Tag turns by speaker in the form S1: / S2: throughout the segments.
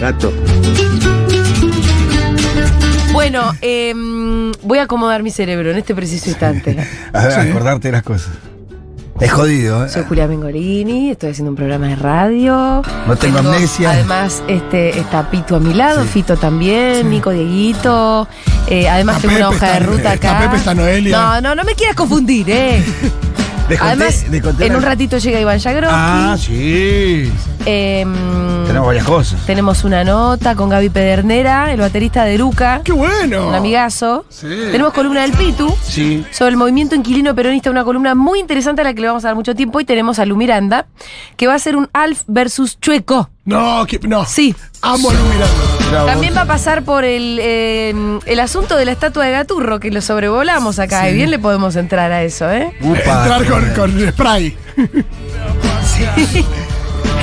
S1: gato.
S2: Bueno, eh, voy a acomodar mi cerebro en este preciso instante.
S3: A ver, acordarte de las cosas. Es jodido, ¿eh?
S2: Soy Julia Mengolini, estoy haciendo un programa de radio.
S3: No tengo amnesia.
S2: Además, este, está Pito a mi lado,
S3: Sí.
S2: Fito también, Nico Dieguito. Eh, además,
S4: Está
S2: tengo una
S4: Pepe,
S2: hoja de
S4: está-
S3: eh,
S2: ruta
S4: está
S2: acá.
S4: Pepe, está Noelia.
S2: No, no, no me quieras confundir, ¿eh?
S3: Les conté-
S2: Además,
S3: les conté
S2: en
S3: la-
S2: un ratito llega Iván Yagroski.
S3: Ah, sí.
S2: Em,
S3: Tenemos varias cosas.
S2: tenemos una nota con Gaby Pedernera, el baterista de Luca,
S4: ¡Qué bueno!
S2: un amigazo.
S4: Sí.
S2: Tenemos columna del Pitu.
S3: Sí.
S2: sobre el movimiento inquilino peronista, una columna muy interesante a la que le vamos a dar mucho tiempo. Y tenemos a Lu Miranda, que va a ser un Alf versus Chueco.
S4: No, que- no.
S2: Sí.
S4: Amo a Lu Miranda.
S3: Mirá vos.
S2: También va a pasar por el, eh, el asunto de la estatua de Gaturro, que lo sobrevolamos acá. Y bien le podemos entrar a eso, ¿eh?
S3: Upa,
S4: Entrar con, con spray.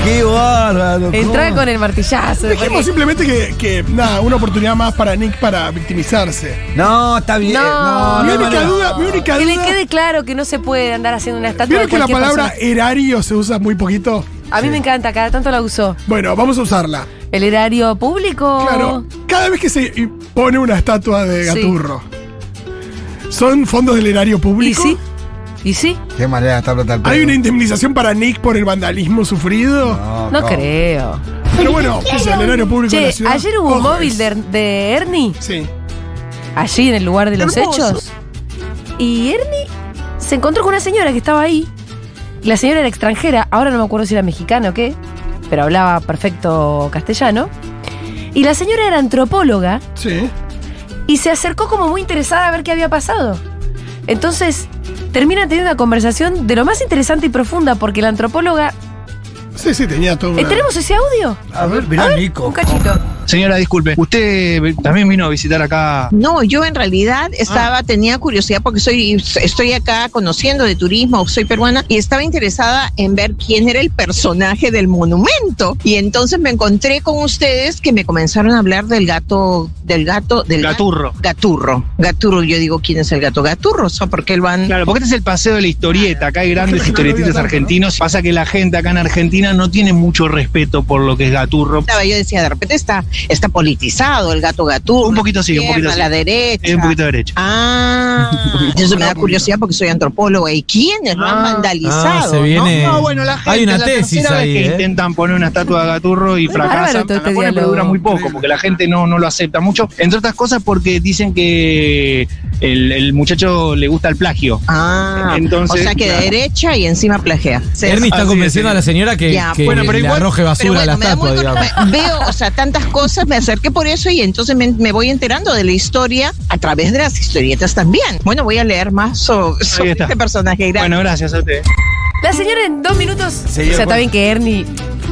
S3: Qué bárbaro.
S2: Entrar
S3: ¿cómo?
S2: con el martillazo.
S4: Dejemos simplemente que, que, nada, una oportunidad más para Nick para victimizarse.
S3: No, está bien.
S2: No.
S3: No, no,
S4: mi
S3: hay
S4: única
S3: manera.
S4: duda, mi única
S2: Que le
S4: duda.
S2: quede claro que no se puede andar haciendo una estatua
S4: ¿Vieron
S2: de
S4: que la
S2: cualquier
S4: palabra
S2: persona.
S4: erario se usa muy poquito?
S2: A mí me encanta, cada tanto la uso.
S4: Bueno, vamos a usarla.
S2: El erario público.
S4: Claro, cada vez que se pone una estatua de
S2: Oh. Sí.
S4: Gaturro, ¿son fondos del erario
S2: ¿Y
S4: público?
S2: sí? ¿Y sí?
S3: Qué manera está plata al
S4: ¿Hay
S3: pedo.
S4: una indemnización para Nick por el vandalismo sufrido?
S3: No,
S2: No
S3: no.
S2: creo.
S4: Pero bueno, que sea el erario público de
S2: Che,
S4: la ciudad.
S2: ayer hubo un
S4: Ojo,
S2: móvil
S4: es-
S2: de, de Ernie,
S4: Sí.
S2: allí en el lugar de los
S4: Hermoso.
S2: hechos. Y Ernie se encontró con una señora que estaba ahí. La señora era extranjera, ahora no me acuerdo si era mexicana o qué, pero hablaba perfecto castellano. Y la señora era antropóloga
S4: Sí.
S2: y se acercó como muy interesada a ver qué había pasado. Entonces, terminan teniendo una conversación de lo más interesante y profunda, porque la antropóloga.
S4: Sí, sí, tenía todo.
S2: Eh, ¿Tenemos ese audio?
S3: A ver, mirá, Nico.
S2: Un cachito.
S5: Señora, disculpe, ¿usted también vino a visitar acá?
S6: No, yo en realidad
S5: Ah.
S6: estaba, tenía curiosidad porque soy, estoy acá conociendo de turismo, soy peruana y estaba interesada en ver quién era el personaje del monumento. Y entonces me encontré con ustedes que me comenzaron a hablar del gato, del gato,
S5: ¿Eh?
S6: del ga-
S5: Gaturro.
S6: Gaturro, Gaturro, yo digo quién es el gato Gaturro, o sea, porque él van
S5: Claro, porque este es el paseo de la historieta, acá hay grandes historietistas argentinos, pasa que la gente acá en Argentina no tiene mucho respeto por lo que es Gaturro.
S6: Estaba- yo decía, de repente está, está politizado el gato Gaturro.
S5: Un poquito sí, un poquito
S6: izquierda,
S5: sí.
S6: la derecha.
S5: Es un poquito derecho.
S6: Ah, entonces me da curiosidad porque soy antropóloga y quiénes lo han vandalizado.
S7: Ah, se viene.
S5: No, bueno, la gente,
S7: Hay una
S5: la
S7: tesis
S5: tercera vez
S7: ahí.
S5: que
S7: ¿eh?
S5: intentan poner una estatua de Gaturro y
S2: Muy bárbaro
S5: fracasan,
S2: todo este
S5: la ponen, pero
S2: diálogo.
S5: dura muy poco, porque la gente no, no lo acepta mucho. Entre otras cosas porque dicen que el, el muchacho le gusta el plagio.
S6: Ah,
S5: Entonces,
S6: o sea que
S5: claro.
S6: de derecha y encima plagea. Se-
S7: Ernie está
S5: Así
S7: convenciendo
S5: es,
S7: a la señora que,
S6: Ya,
S7: que
S5: bueno, pero
S7: le
S5: igual-
S7: arroje
S6: pero
S7: basura
S6: bueno,
S7: a
S6: me
S7: la
S6: da
S7: estatua,
S6: muy
S7: digamos.
S6: contra- Veo, o sea, tantas cosas, me acerqué por eso y entonces me, me voy enterando de la historia a través de las historietas también. Bueno, voy a leer más so- sobre,
S5: está.
S6: este personaje. Gracias.
S5: Bueno, gracias a usted.
S2: La señora en dos minutos.
S3: Sí,
S2: o sea, está
S3: bueno.
S2: bien que Ernie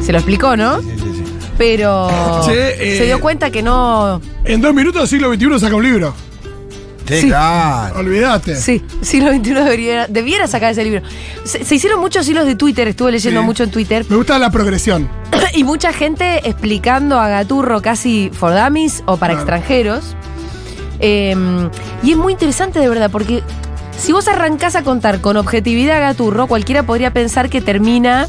S2: se lo explicó, ¿no?
S3: Sí, sí, sí.
S2: Pero
S4: Sí, eh,
S2: se dio cuenta que no.
S4: En dos minutos del siglo XXI saca un libro.
S3: Sí,
S2: Sí.
S3: claro.
S4: Olvídate.
S2: Sí, siglo XXI debiera, debiera sacar ese libro. Se, se hicieron muchos hilos de Twitter, estuve leyendo
S4: Sí.
S2: mucho en Twitter.
S4: Me gusta la progresión.
S2: Y mucha gente explicando a Gaturro casi for dummies o para
S4: Claro.
S2: extranjeros. Eh, y es muy interesante de verdad, porque si vos arrancás a contar con objetividad a Gaturro, cualquiera podría pensar que termina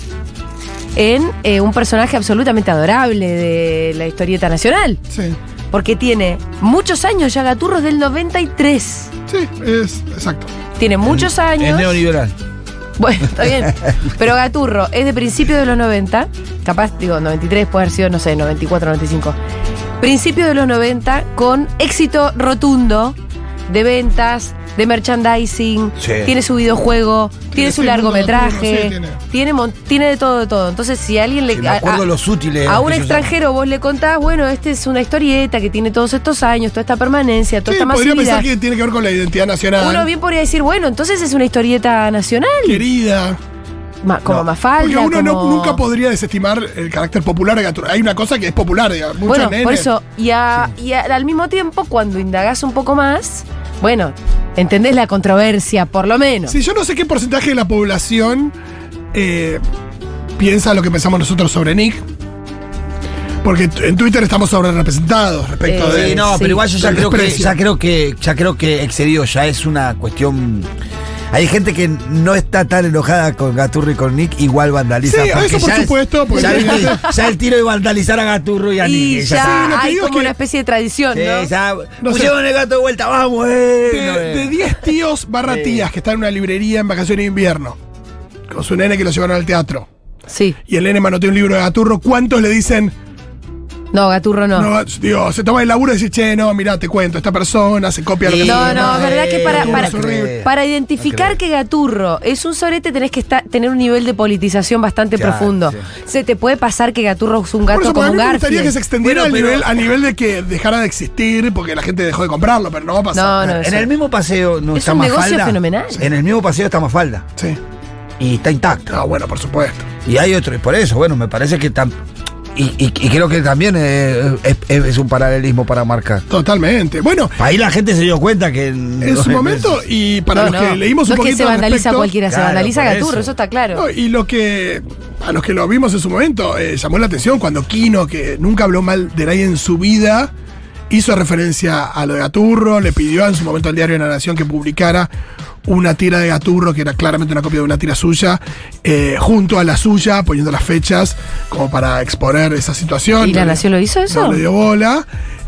S2: en eh, un personaje absolutamente adorable de la historieta nacional.
S4: Sí.
S2: Porque tiene muchos años ya, Gaturro es del 93.
S4: Sí, es exacto.
S2: Tiene muchos
S3: Es
S2: años.
S3: neoliberal.
S2: Bueno, está bien. Pero Gaturro es de principio de los 90. Capaz, digo, 93 puede haber sido, no sé, 94, 95. Principio de los 90 con éxito rotundo de ventas, de merchandising.
S3: Sí.
S2: Tiene su videojuego, tiene su
S4: ese mundo
S2: largometraje.
S4: Gaturro, sí, tiene.
S2: tiene, mon- tiene de todo, de todo. Entonces, si alguien le...
S3: Sí, me
S2: a-
S3: acuerdo
S2: a-
S3: los útiles.
S2: a un
S3: aquellos-
S2: extranjero vos le contás, bueno, esta es una historieta que tiene todos estos años, toda esta permanencia, toda
S4: Sí,
S2: esta
S4: podría
S2: masividad.
S4: pensar que tiene que ver con la identidad nacional.
S2: Uno bien podría decir, bueno, entonces es una historieta nacional,
S4: Querida.
S2: ma- como
S3: No.
S2: Mafalda,
S4: Porque uno no-
S2: como-
S4: nunca podría desestimar el carácter popular de Gaturro. Hay una cosa que es popular, digamos. Muchos
S2: Bueno, por
S4: nenes.
S2: eso, y, a- y a- al mismo tiempo, cuando indagás un poco más, bueno, entendés la controversia, por lo menos.
S4: Sí, yo no sé qué porcentaje de la población eh, piensa lo que pensamos nosotros sobre Nick. Porque t- en Twitter estamos sobre representados respecto
S2: Eh,
S4: de.
S3: Sí, no,
S2: Sí.
S3: pero igual yo ya
S4: Del
S3: creo, que,
S4: desprecio.
S3: ya creo que ya creo que excedió, ya es una cuestión Hay gente que no está tan enojada con Gaturro y con Nick, igual vandaliza.
S4: Sí, eso por
S3: ya es-
S4: supuesto, porque-
S3: ya, el, ya el tiro de vandalizar a Gaturro y a
S2: Y
S3: Nick.
S2: ya
S4: Sí, lo que
S2: hay
S4: digo es
S2: como
S4: que-
S2: una especie de tradición,
S3: está.
S2: ¿no?
S3: Sí, ya-
S4: No sé.
S3: pusieron el gato de vuelta, vamos, eh.
S4: De-
S3: No, eh.
S4: De 10 tíos barra
S3: Sí.
S4: tías que están en una librería en vacaciones de invierno, con su nene que lo llevaron al teatro,
S2: Sí.
S4: y el nene manotea un libro de Gaturro, ¿cuántos le dicen,
S2: No, Gaturro no.
S4: no, digo, se toma el laburo y dice, che, no, mirá, te cuento, esta persona se copia lo que
S3: Sí,
S2: No, no,
S3: no,
S2: verdad que
S3: eh,
S2: para,
S4: no,
S2: para,
S4: es horrible.
S2: para identificar
S3: No creo.
S2: que Gaturro es un sorete tenés que esta- tener un nivel de politización bastante
S3: Ya,
S2: profundo.
S3: sí.
S2: Se te puede pasar que Gaturro es un
S4: Por
S2: gato
S4: eso,
S2: como
S4: a mí me gustaría que se
S2: Garfield.
S4: extendiera
S3: Bueno,
S4: al
S3: pero-
S4: nivel, a nivel de que dejara de existir porque la gente dejó de comprarlo, pero no va a
S2: No,
S4: pasar.
S2: no,
S3: en
S2: eso-
S3: el mismo paseo no
S2: Es
S3: está
S2: un
S3: Mafalda.
S2: negocio fenomenal.
S3: En el mismo paseo está Mafalda.
S4: Sí.
S3: Y está intacto.
S4: No, Ah, bueno, por supuesto.
S3: Y hay otro, y por eso, bueno, me parece que tam- y, y- y creo que también eh, es, es- es un paralelismo para marcar.
S4: Totalmente. Bueno,
S3: Ahí la gente se dio cuenta que.
S4: en su momento, y para
S2: No,
S4: los
S2: no.
S4: que leímos un
S2: No es que
S4: poquito
S2: se
S4: al
S2: vandaliza
S4: respecto,
S2: cualquiera, se
S3: Claro,
S2: vandaliza
S3: por
S2: Gaturro, eso,
S3: eso.
S2: está claro.
S4: no, y lo que a los que lo vimos en su momento eh, llamó la atención cuando Kino, que nunca habló mal de nadie en su vida, hizo referencia a lo de Gaturro, le pidió en su momento al diario La Nación que publicara una tira de Gaturro, que era claramente una copia de una tira suya, eh, junto a la suya, poniendo las fechas como para exponer esa situación.
S2: ¿Y la
S4: No le-
S2: Nación lo hizo eso?
S4: No le dio bola.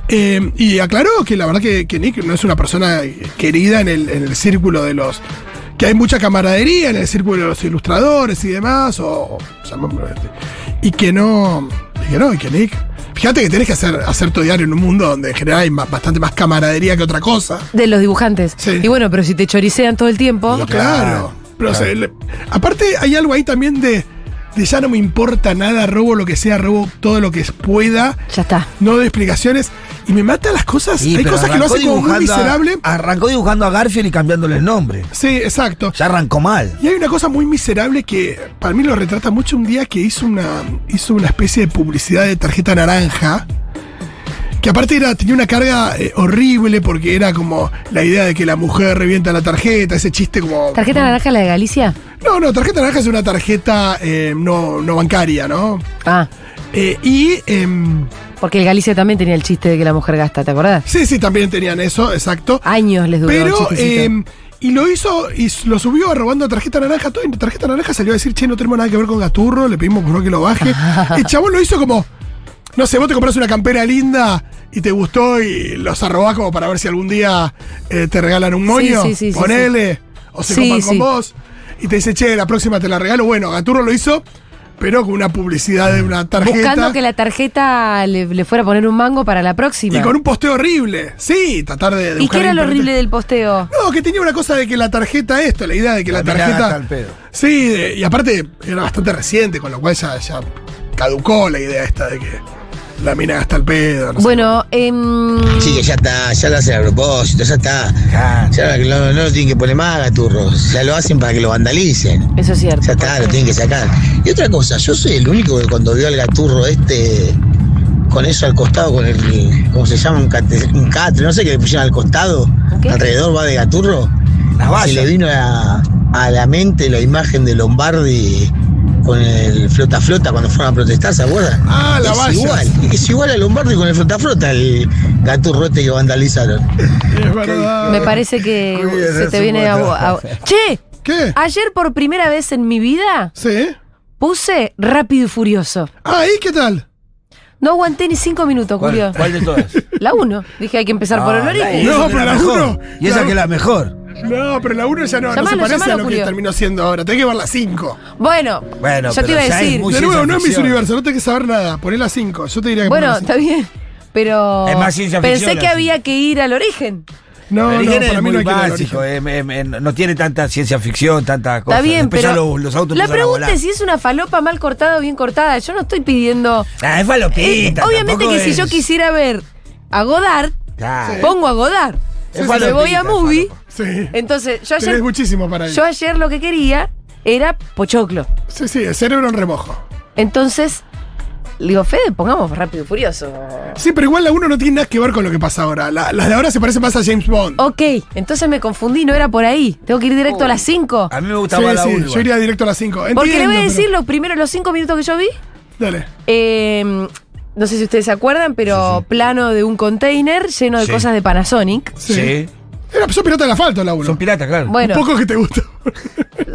S4: Eh, y aclaró que la verdad que, que Nick no es una persona querida en el, en el círculo de los. que hay mucha camaradería en el círculo de los ilustradores y demás. O, o sea, este, y que no. Y que no, y que Nick. Fíjate que tenés que hacer, hacer tu diario en un mundo donde en general hay ma- bastante más camaradería que otra cosa.
S2: De los dibujantes.
S4: Sí.
S2: Y bueno, pero si te choricean todo el tiempo.
S4: No, claro. Pero, o sea, le- aparte, hay algo ahí también de, de ya no me importa nada, robo lo que sea, robo todo lo que pueda.
S2: Ya está.
S4: no de explicaciones y me mata las cosas. Hay cosas que lo hacen como muy miserable.
S3: arrancó dibujando a Garfield y cambiándole el nombre.
S4: Sí, exacto.
S3: Ya arrancó mal.
S4: Y hay una cosa muy miserable que para mí lo retrata mucho un día que hizo una, hizo una especie de publicidad de tarjeta naranja. Que aparte era, tenía una carga eh, horrible porque era como la idea de que la mujer revienta la tarjeta, ese chiste como...
S2: ¿Tarjeta naranja la de Galicia?
S4: No, no, tarjeta naranja es una tarjeta eh, no, no bancaria, ¿no?
S2: Ah,
S4: Eh, y... em,
S2: porque el Galicia también tenía el chiste de que la mujer gasta, ¿te acordás?
S4: sí, sí, también tenían eso, exacto.
S2: Años les duró el
S4: Pero,
S2: chistecito.
S4: eh, y lo hizo, y s- lo subió robando tarjeta naranja, todo, y tarjeta naranja salió a decir, che, no tenemos nada que ver con Gaturro, le pedimos por favor que lo baje. el chabón lo hizo como, no sé, vos te compras una campera linda y te gustó y los arrobás como para ver si algún día eh, te regalan un moño,
S2: sí, sí, sí,
S4: ponele, o se
S2: Sí,
S4: copan
S2: sí.
S4: con vos, y te dice, che, la próxima te la regalo. Bueno, Gaturro lo hizo, pero con una publicidad de una tarjeta.
S2: Buscando que la tarjeta le, le fuera a poner un mango para la próxima.
S4: Y con un posteo horrible. Sí, tratar de. de
S2: ¿Y
S4: buscar
S2: qué era lo
S4: internet.
S2: horrible del posteo?
S4: No, que tenía una cosa de que la tarjeta esto, la idea de que la,
S3: La mirada
S4: tarjeta.
S3: al pedo.
S4: Sí, de- y aparte era bastante reciente, con lo cual ya, ya caducó la idea esta de que la mina gasta el pedo. no sé.
S2: Bueno, em,
S1: Sí, que ya está, ya lo hacen a propósito, ya está.
S3: Claro.
S1: Ya no, no lo tienen que poner más, Gaturro. Ya lo hacen para que lo vandalicen.
S2: eso es cierto.
S1: Ya está, lo tienen que sacar. Y otra cosa, yo soy el único que cuando vio al Gaturro este, con eso al costado, con el, ¿cómo se llama? Un catre, un catre, no sé qué le pusieron al costado,
S2: ¿Qué?
S1: alrededor va de Gaturro.
S3: La
S1: Se
S3: valla.
S1: le vino a, a la mente la imagen de Lombardi con el flota flota cuando fueron a protestar, ¿se acuerdan?
S4: Ah, la
S1: es
S4: valla.
S1: Igual, es igual a Lombardi con el flota flota, el gaturrote que vandalizaron.
S4: Es verdad.
S2: Me parece que
S3: Cuídense
S2: se te
S3: su
S2: viene a,
S3: boca.
S2: a- ¡Che!
S4: ¿Qué?
S2: Ayer por primera vez en mi vida
S4: Sí.
S2: puse rápido y furioso.
S4: Ah, ¿y qué tal?
S2: No aguanté ni cinco minutos, Julio.
S3: ¿Cuál, cuál de todas?
S2: La uno. Dije, hay que empezar por
S3: Ah,
S2: olor
S3: la-
S2: y...
S3: y esa
S4: No,
S3: que
S4: pero
S3: la
S4: la
S3: mejor.
S4: uno.
S3: Y esa
S4: La-
S3: que es la mejor.
S4: No, pero la 1 ya no, no se
S2: Llamalo,
S4: parece a
S2: llamalo,
S4: lo
S2: Julio.
S4: que terminó siendo ahora. Tenés que ver la 5.
S2: Bueno,
S3: Bueno,
S2: yo te
S3: pero
S2: iba a
S3: ya es
S2: decir.
S3: muy-
S4: De nuevo, no es Miss
S3: sensación.
S4: Universo, no tenés que saber nada. Poné la 5. Yo te diría que
S2: Bueno,
S4: ponés la
S2: está bien. Pero
S3: Es más ciencia
S2: pensé
S3: ficción,
S2: que
S3: así.
S2: había que ir al origen.
S4: cinco. No,
S3: el
S4: no,
S3: origen
S4: para
S3: es
S4: mí
S3: muy
S4: no hay que ir al
S3: básico, em,
S4: origen.
S3: em, em, no tiene tanta ciencia ficción, tanta cosa.
S2: Está bien,
S3: Después
S2: pero
S3: ya los, los autos
S2: la
S3: empiezan a
S2: pregunta
S3: volar.
S2: es si es una falopa mal cortada o bien cortada. Yo no estoy pidiendo...
S3: Ah, es
S2: Eh,
S3: falopita.
S2: obviamente
S3: tampoco
S2: que si
S3: es-
S2: yo quisiera ver a Godard,
S3: Claro.
S2: pongo a Godard.
S3: Es
S2: Si me
S3: falopita,
S2: voy a
S3: es
S2: movie,
S3: falopa.
S4: Sí.
S2: entonces Eh, yo
S4: Tenés
S2: ayer,
S4: muchísimo para ir.
S2: yo ayer lo que quería era pochoclo.
S4: Sí, sí, el cerebro en remojo.
S2: Entonces, le digo, Fede, pongamos rápido y furioso.
S4: Sí, pero igual la 1 no tiene nada que ver con lo que pasa ahora. La, la de ahora se parece más a James Bond.
S2: Ok, entonces me confundí, no era por ahí. Tengo que ir directo
S3: Oh.
S2: a las 5.
S3: A mí me gustaba
S4: sí,
S3: la
S4: sí,
S3: uno.
S4: yo iría directo a las 5.
S2: Porque le voy a decir los primeros, los 5 minutos que yo vi.
S4: Dale.
S2: eh, no sé si ustedes se acuerdan, pero plano de un container lleno de
S3: Sí.
S2: cosas de Panasonic.
S3: Sí.
S4: Era, son piratas del asfalto, la 1.
S3: Son piratas, claro.
S2: Bueno,
S4: Poco que te gusta.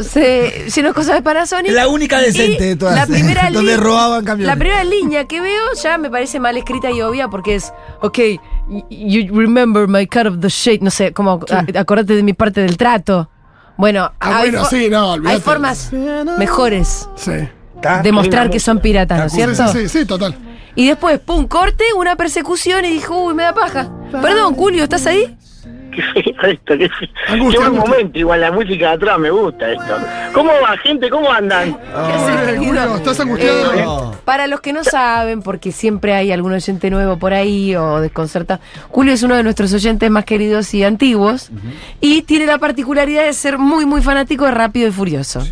S2: se llenó cosas de Panasonic.
S3: La única decente
S2: Y
S3: de todas. eh,
S2: La primera
S3: donde
S2: línea-
S3: robaban camiones.
S2: La primera línea que veo ya me parece mal escrita y obvia porque es, ok, y- you remember my cut of the shade, no sé, como a- acordate de mi parte del trato. Bueno,
S4: Ah,
S2: hay,
S4: bueno,
S2: fo-
S4: sí, no, olvídate.
S2: hay formas mejores
S4: Sí.
S3: Está-
S2: de mostrar que son piratas, ¿no es
S4: Sí,
S2: cierto?
S4: sí, sí, sí, total.
S2: Y después, pum, corte, una persecución y dijo, uy, me da paja. Perdón, Julio, ¿estás ahí?
S7: ¿Qué era esto? ¿Qué, qué
S4: Angustia,
S7: buen
S4: angustia.
S7: momento, igual la música de atrás me gusta esto. ¿Cómo va, gente? ¿Cómo andan?
S2: ¿Qué haces,
S4: Ay,
S2: querido?
S4: Ah,
S2: Eh,
S4: Julio, estás angustiado.
S3: No.
S2: Para los que no saben, porque siempre hay algún oyente nuevo por ahí o desconcertado, Julio es uno de nuestros oyentes más queridos y antiguos y tiene la particularidad de ser muy, muy fanático de Rápido y Furioso.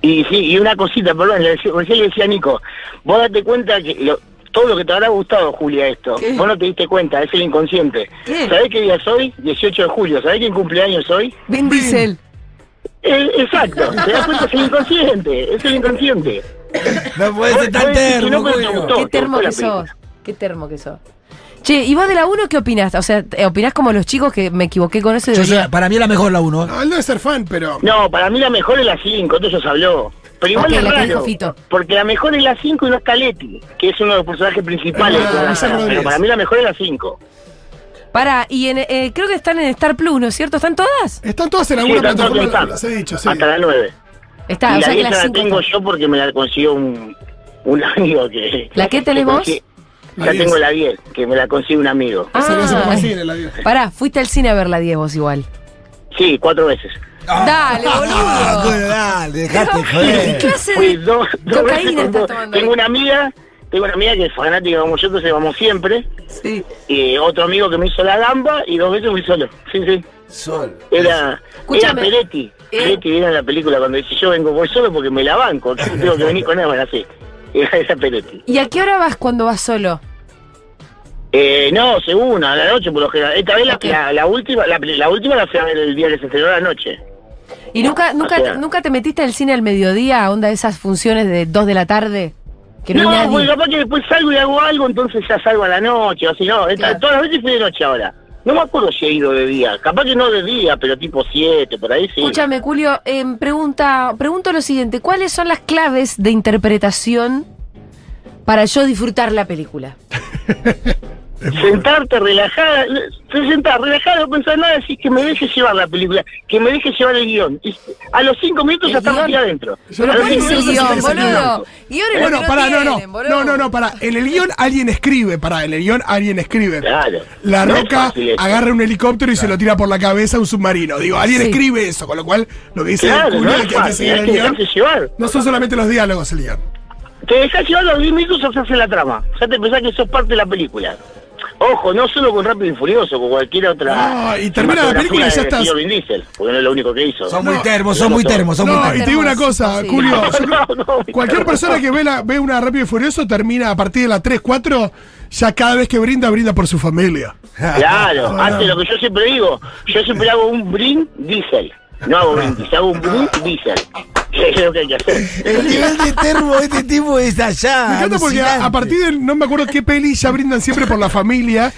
S7: Y sí, y una cosita, perdón, le decía, recién le decía a Nico, vos date cuenta que lo- todo lo que te habrá gustado, Julia, esto,
S2: ¿Qué?
S7: vos no te diste cuenta, es el inconsciente.
S2: ¿Qué?
S7: ¿Sabés qué día soy? 18 de julio, ¿sabés quién cumpleaños hoy?
S2: Vin Diesel.
S7: Eh, exacto, te das cuenta, es el inconsciente, es el inconsciente.
S3: No puede ser tan
S7: Puede ser que
S3: termo,
S7: no, pero te
S3: Julio.
S7: gustó.
S2: Qué termo
S7: ¿te
S2: que
S7: gustó la
S2: sos. Qué termo que sos. Che, ¿y vos de la 1 qué opinás? O sea, eh, ¿opinás como los chicos que me equivoqué con eso? y
S3: Yo
S2: debería-
S3: sé, para mí es la mejor la 1.
S4: No, Ah, él debe ser fan, pero.
S7: No, para mí la mejor es la 5, de ellos habló. Pero igual
S2: Ok,
S7: es
S2: la que
S7: raro,
S2: dijo Fito.
S7: porque la mejor es la 5 y no está Leti, que es uno de los personajes principales.
S4: Ah,
S7: de la
S4: Isaac
S7: saga, pero
S4: Rodríguez.
S7: para mí la mejor es la 5.
S2: Pará, y en, eh, creo que están en Star Plus, ¿no es cierto? ¿Están todas?
S4: Están todas en
S7: Sí,
S4: alguna
S7: tanto que
S4: plataforma.
S7: están.
S4: Las he dicho, sí.
S7: Hasta la 9.
S2: Está,
S7: y
S2: o
S7: la
S2: sea que
S7: 10
S2: las
S7: la
S2: cinco
S7: tengo
S2: están.
S7: yo porque me la consiguió un, un amigo que...
S2: ¿La qué
S7: que
S2: tenés vos?
S7: consigue-
S4: La
S7: Ya
S4: 10.
S7: tengo la 10, que me la consiguió un amigo.
S4: Se lo hace por
S2: Ah.
S4: así en el avión.
S2: Pará, fuiste al cine a ver la 10 vos igual.
S7: Sí, cuatro veces.
S2: Dale,
S3: Ah,
S2: boludo.
S3: bueno, dale, dejate,
S2: ¿Qué
S3: joder.
S2: clase
S7: Fui
S2: de
S7: dos, dos veces
S2: cocaína
S7: con
S2: estás
S7: dos.
S2: tomando?
S7: Tengo una amiga, tengo una amiga que es fanática como yo, entonces vamos siempre.
S2: Sí.
S7: Y otro amigo que me hizo la gamba y dos veces fui solo. Sí, sí.
S3: Sol.
S7: Era, era
S2: Escúchame.
S7: Peretti.
S2: Eh.
S7: Peretti viene en la película cuando dice yo vengo voy solo porque me la banco, que tengo que venir con Evan así. Era, era Peretti.
S2: ¿Y a qué hora vas cuando vas solo?
S7: Eh, no, según, a la noche por lo general. Esta vez la,
S2: Ok.
S7: la- la última, la, la última la fui a ver el día que se estrenó la noche.
S2: ¿Y nunca, nunca,
S7: Ah, o sea-
S2: nunca te metiste al cine al mediodía, onda de esas funciones de 2 de la tarde? Que no, hay nadie.
S7: porque capaz que después salgo y hago algo, entonces ya salgo a la noche, o si no, esta-
S2: Claro.
S7: todas las veces fui de noche ahora. No me acuerdo si he ido de día, capaz que no de día, pero tipo 7, por ahí sí.
S2: Escúchame, Julio, em, pregunta, pregunto lo siguiente, ¿cuáles son las claves de interpretación para yo disfrutar la película?
S7: Sentarte relajada, eh, te sentás relajada, no pensás nada, decís que me dejes llevar la película, que me dejes llevar el guión. Y a los cinco minutos
S2: ¿El
S7: ya estamos
S2: guión?
S7: aquí adentro.
S2: Pero
S7: A los
S2: ¿cuál
S7: cinco
S2: es el
S7: minutos ya
S2: guión,
S7: estamos aquí
S2: boludo?
S7: adentro.
S2: Guión es lo
S4: Bueno,
S2: que
S4: pará, no, no.
S2: tienen, boludo.
S4: No, no, no, pará. En el guión alguien escribe, pará. En el guión alguien escribe.
S7: Claro.
S4: La
S7: No es
S4: roca
S7: fácil eso.
S4: agarra un helicóptero y se lo tira por la cabeza a un submarino. Digo, alguien
S2: Sí.
S4: escribe eso, con lo cual lo que dice
S7: Claro,
S4: Julio
S7: no
S4: es
S7: es
S4: que hay que
S7: fácil,
S4: seguir
S7: hay
S4: el
S7: que
S4: guión.
S7: dejarse llevar.
S4: No son solamente los diálogos el guión.
S7: Te dejás llevar los 10 minutos o se hace la trama. Ya te pensás que sos parte de la película. Ojo, no solo con Rápido y Furioso, con cualquier otra.
S4: No, y termina la película y ya
S7: cinematografía del
S4: estás.
S7: señor Vin Diesel, porque no es lo único que hizo.
S3: Son muy
S4: No.
S3: termos, son muy termos, son muy
S4: No, y
S3: termos.
S4: te digo una
S2: Hermoso,
S4: cosa,
S2: sí.
S4: Julio. yo creo-
S7: No, no, no.
S4: Cualquier persona que ve, la, ve una Rápido y Furioso termina a partir de la 3, 4, ya cada vez que brinda, brinda por su familia.
S7: Claro,
S4: Ah,
S7: hace lo que yo siempre digo. Yo siempre hago un brin diesel. No hago brindis, hago un brin diesel. Es lo que hay que hacer.
S3: El nivel de termo de este tipo es allá.
S4: Me encanta porque a, a partir de no me acuerdo qué peli ya brindan siempre por la familia.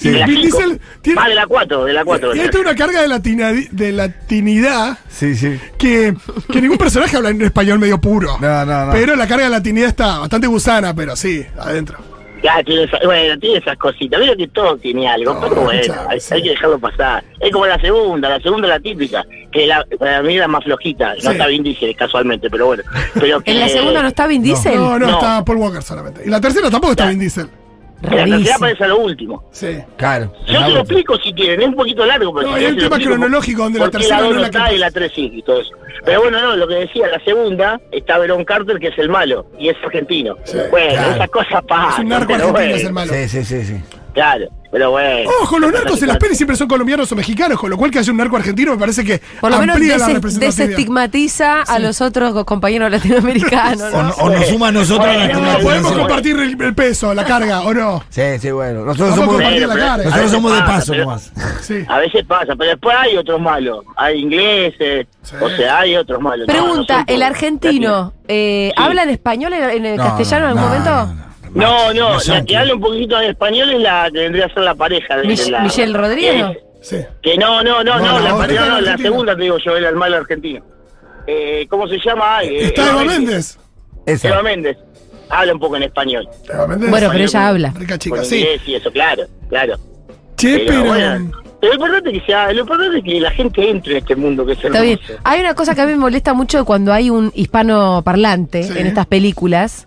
S4: Y
S7: De la
S4: Vin
S7: cinco.
S4: Diesel tiene, Eh,
S7: Ah, de la 4, de la 4.
S4: tiene toda una carga de, latina, de latinidad
S3: Sí, sí.
S4: que, que ningún personaje habla en español medio puro.
S3: No, no, no.
S4: Pero la carga de latinidad está bastante gusana, pero sí, adentro.
S7: Ya, tiene esa- bueno, tiene esas cositas. Mira que todo tiene algo,
S4: No,
S7: pero bueno,
S4: ya,
S7: hay,
S4: sí.
S7: hay que dejarlo pasar. Es como la segunda, la segunda es la típica, que la, para mí es la más flojita.
S4: Sí.
S7: No está bien dice casualmente, pero bueno. Pero que,
S2: ¿En la segunda no está Vin Diesel?
S4: No, no,
S7: No.
S4: está Paul Walker solamente. Y la tercera tampoco está Vin Diesel.
S7: que La tercera
S2: Rarísimo.
S7: aparece a lo último.
S4: Sí.
S3: Claro.
S7: Yo te lo explico si quieren, es un poquito largo. Pero
S4: No, hay un
S7: si querés te lo
S4: tema
S7: explico,
S4: cronológico donde la
S7: porque
S4: tercera
S7: la dos
S4: no
S7: no
S4: es la Ah. que
S7: está y la tres sí y todo eso. Pero bueno, no, lo que decía, la segunda está Verón Carter, que es el malo, y es argentino. bueno,
S3: claro.
S7: esas cosas pasan.
S4: Es un narco
S7: pero
S4: argentino,
S7: bueno,
S4: es el malo.
S3: Sí, sí, sí, sí.
S7: Claro, pero bueno.
S4: Ojo, los narcos en las
S7: Claro.
S4: pelis siempre son colombianos o mexicanos, con lo cual que haya un narco argentino me parece que
S2: Por lo menos
S4: amplía la
S2: deses-
S4: representatividad.
S2: desestigmatiza a los otros co- compañeros latinoamericanos.
S3: O,
S2: ¿no?
S3: o nos suma a nosotros
S7: Bueno,
S3: la
S7: no,
S4: No,
S3: comunidad.
S4: podemos
S7: Sí.
S4: compartir el, el peso, la carga, ¿o no?
S3: Sí, sí, bueno. Nosotros
S4: Vamos a
S3: somos,
S4: compartir la
S7: Pero,
S4: cara.
S7: pero-
S3: nosotros somos de
S7: Ah,
S3: paso
S7: pero-
S3: nomás.
S4: Sí.
S7: A veces pasa, pero después hay otros malos. Hay ingleses,
S4: Sí.
S7: o sea, hay otros malos. No, no
S2: Pregunta,
S7: son todos
S2: ¿el argentino eh,
S7: Sí.
S2: habla en español, en, en
S3: No,
S2: castellano en
S3: no,
S2: algún momento?
S3: no, no, no.
S7: No, no, la
S3: yanqui.
S7: que habla un poquito de español es la que vendría a ser la pareja de
S2: Mich-
S7: la-
S2: Michelle Rodríguez,
S7: es-
S2: ¿no?
S4: Sí.
S7: Que no, no, no,
S4: No,
S7: no,
S4: no,
S7: la,
S4: no,
S7: primera-
S4: no,
S7: no, la
S4: Argentina.
S7: segunda te digo yo, era el mal argentino. Eh, ¿Cómo se llama? Eh,
S4: Está Eva Méndez.
S3: Esa.
S7: Eva Méndez. Habla un poco en español.
S4: Eva Méndez.
S2: Bueno, pero ella habla.
S4: Rica
S7: con
S4: chica, sí.
S7: inglés y eso, claro, claro.
S4: Che,
S7: Pero,
S4: pero.
S7: bueno, pero lo importante es que sea, lo importante es que la gente entre en este mundo que es
S2: Está
S7: hermoso.
S2: bien. Hay una cosa que a mí me molesta mucho cuando hay un hispano parlante
S4: Sí.
S2: en estas películas.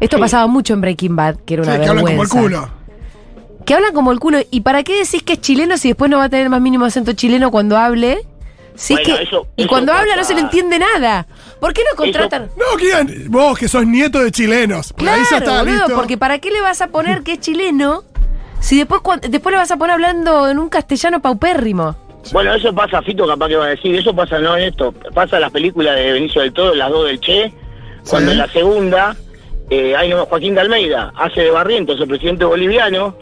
S2: Esto
S7: Sí.
S2: pasaba mucho en Breaking Bad, que era
S4: Sí,
S2: una
S4: que hablan
S2: vergüenza.
S4: como el culo.
S2: Que hablan como el culo. ¿Y para qué decís que es chileno si después no va a tener más mínimo acento chileno cuando hable? Sí,
S7: Bueno,
S2: que,
S7: eso-
S2: y
S7: eso
S2: cuando
S7: pasa.
S2: habla no se le entiende nada. ¿Por qué no contratan?
S4: No, Kian, vos que sos nieto de chilenos. Por
S2: Claro,
S4: ahí ya está,
S2: boludo,
S4: listo.
S2: porque ¿para qué le vas a poner que es chileno si después, cuan- después le vas a poner hablando en un castellano paupérrimo?
S7: Bueno, eso pasa, Fito capaz que va a decir, eso pasa no en esto, pasa en las películas de Benicio del Toro, las dos del Che, cuando en la segunda, eh, hay uno, Joaquín de Almeida, hace de Barrientos, el presidente boliviano,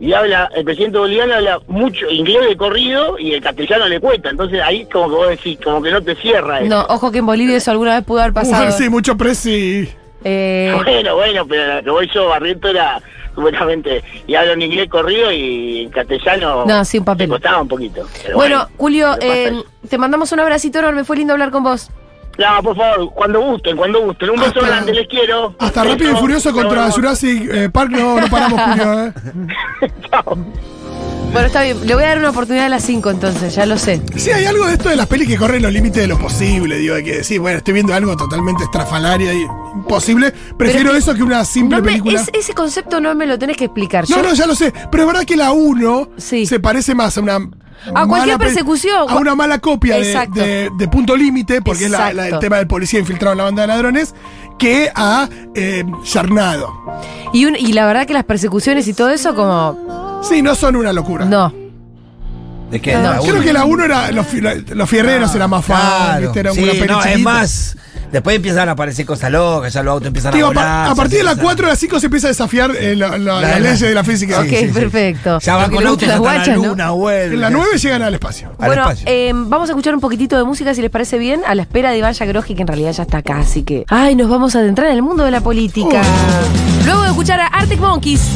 S7: y habla, el presidente boliviano habla mucho inglés de corrido y el castellano le cuesta, entonces ahí como que vos decís, como que no te cierra eso.
S2: No, ojo que en Bolivia eso alguna vez pudo haber pasado.
S4: Mujer, sí, mucho presi.
S2: Eh,
S7: Bueno, bueno, pero lo que voy yo, Barriento era supuestamente, y hablo en inglés corrido y en castellano
S2: No, sí, un papel.
S7: me costaba un poquito. pero
S2: Bueno, Julio,
S7: pero pasa
S2: eh,
S7: eso.
S2: te mandamos un abracito enorme. Fue lindo hablar con vos.
S7: No, por favor, cuando gusten, cuando gusten. Un beso
S4: Hasta-
S7: grande, les quiero.
S4: Hasta rápido y
S7: Beso.
S4: furioso contra
S7: Nos vemos.
S4: Jurassic eh, Park no, no paramos, Julio, eh.
S7: Chao.
S2: Bueno, está bien. Le voy a dar una oportunidad a las 5 entonces, ya lo sé.
S4: Sí, hay algo de esto de las pelis que corren los límites de lo posible, digo, de que decir, bueno, estoy viendo algo totalmente estrafalaria y imposible. Prefiero
S2: Pero-
S4: eso que una simple
S2: No me-
S4: película.
S2: es- ese concepto no me lo tenés que explicar.
S4: No,
S2: Yo-
S4: no, ya lo sé. Pero es verdad que la 1
S2: Sí.
S4: se parece más a una. mala
S2: cualquier
S4: pe-
S2: persecución.
S4: A una mala copia de,
S2: Exacto.
S4: de- de Punto Límite, porque es la, la- el
S2: Exacto.
S4: tema del policía infiltrado en la banda de ladrones, que a eh, Yarnado.
S2: y, un- y la verdad que las persecuciones y todo eso, como.
S4: Sí, no son una locura.
S2: No.
S3: ¿De qué? ¿De la
S4: Creo
S3: uno?
S4: que la 1 era. Los, fi- la- los fierreros era más fácil,
S3: Claro.
S4: ¿viste? Era
S3: Sí,
S4: una peli
S3: no, es
S4: chiquita.
S3: más. Después empiezan a aparecer cosas locas, ya los autos empiezan
S4: Digo,
S3: a
S4: a, par-
S3: volar.
S4: a partir de la
S3: ya empiezan-
S4: 4 a la 5 se empieza a desafiar eh, la, la-
S3: La-
S4: las
S3: la-
S4: leyes de la física.
S2: Ok, perfecto.
S3: Ya van
S2: Lo que
S3: con
S2: le
S3: autos
S2: gustan
S3: hasta la
S2: las guachas, ¿no?
S3: luna, vuelven.
S4: En la 9 llegan al espacio.
S3: Al
S2: bueno,
S3: espacio.
S2: eh, vamos a escuchar un poquitito de música si les parece bien, a la espera de Iván Yagroji, que en realidad ya está acá,
S3: Oh.
S2: así que. ¡Ay, nos vamos a adentrar en el mundo de la política! Luego de escuchar a Arctic Monkeys.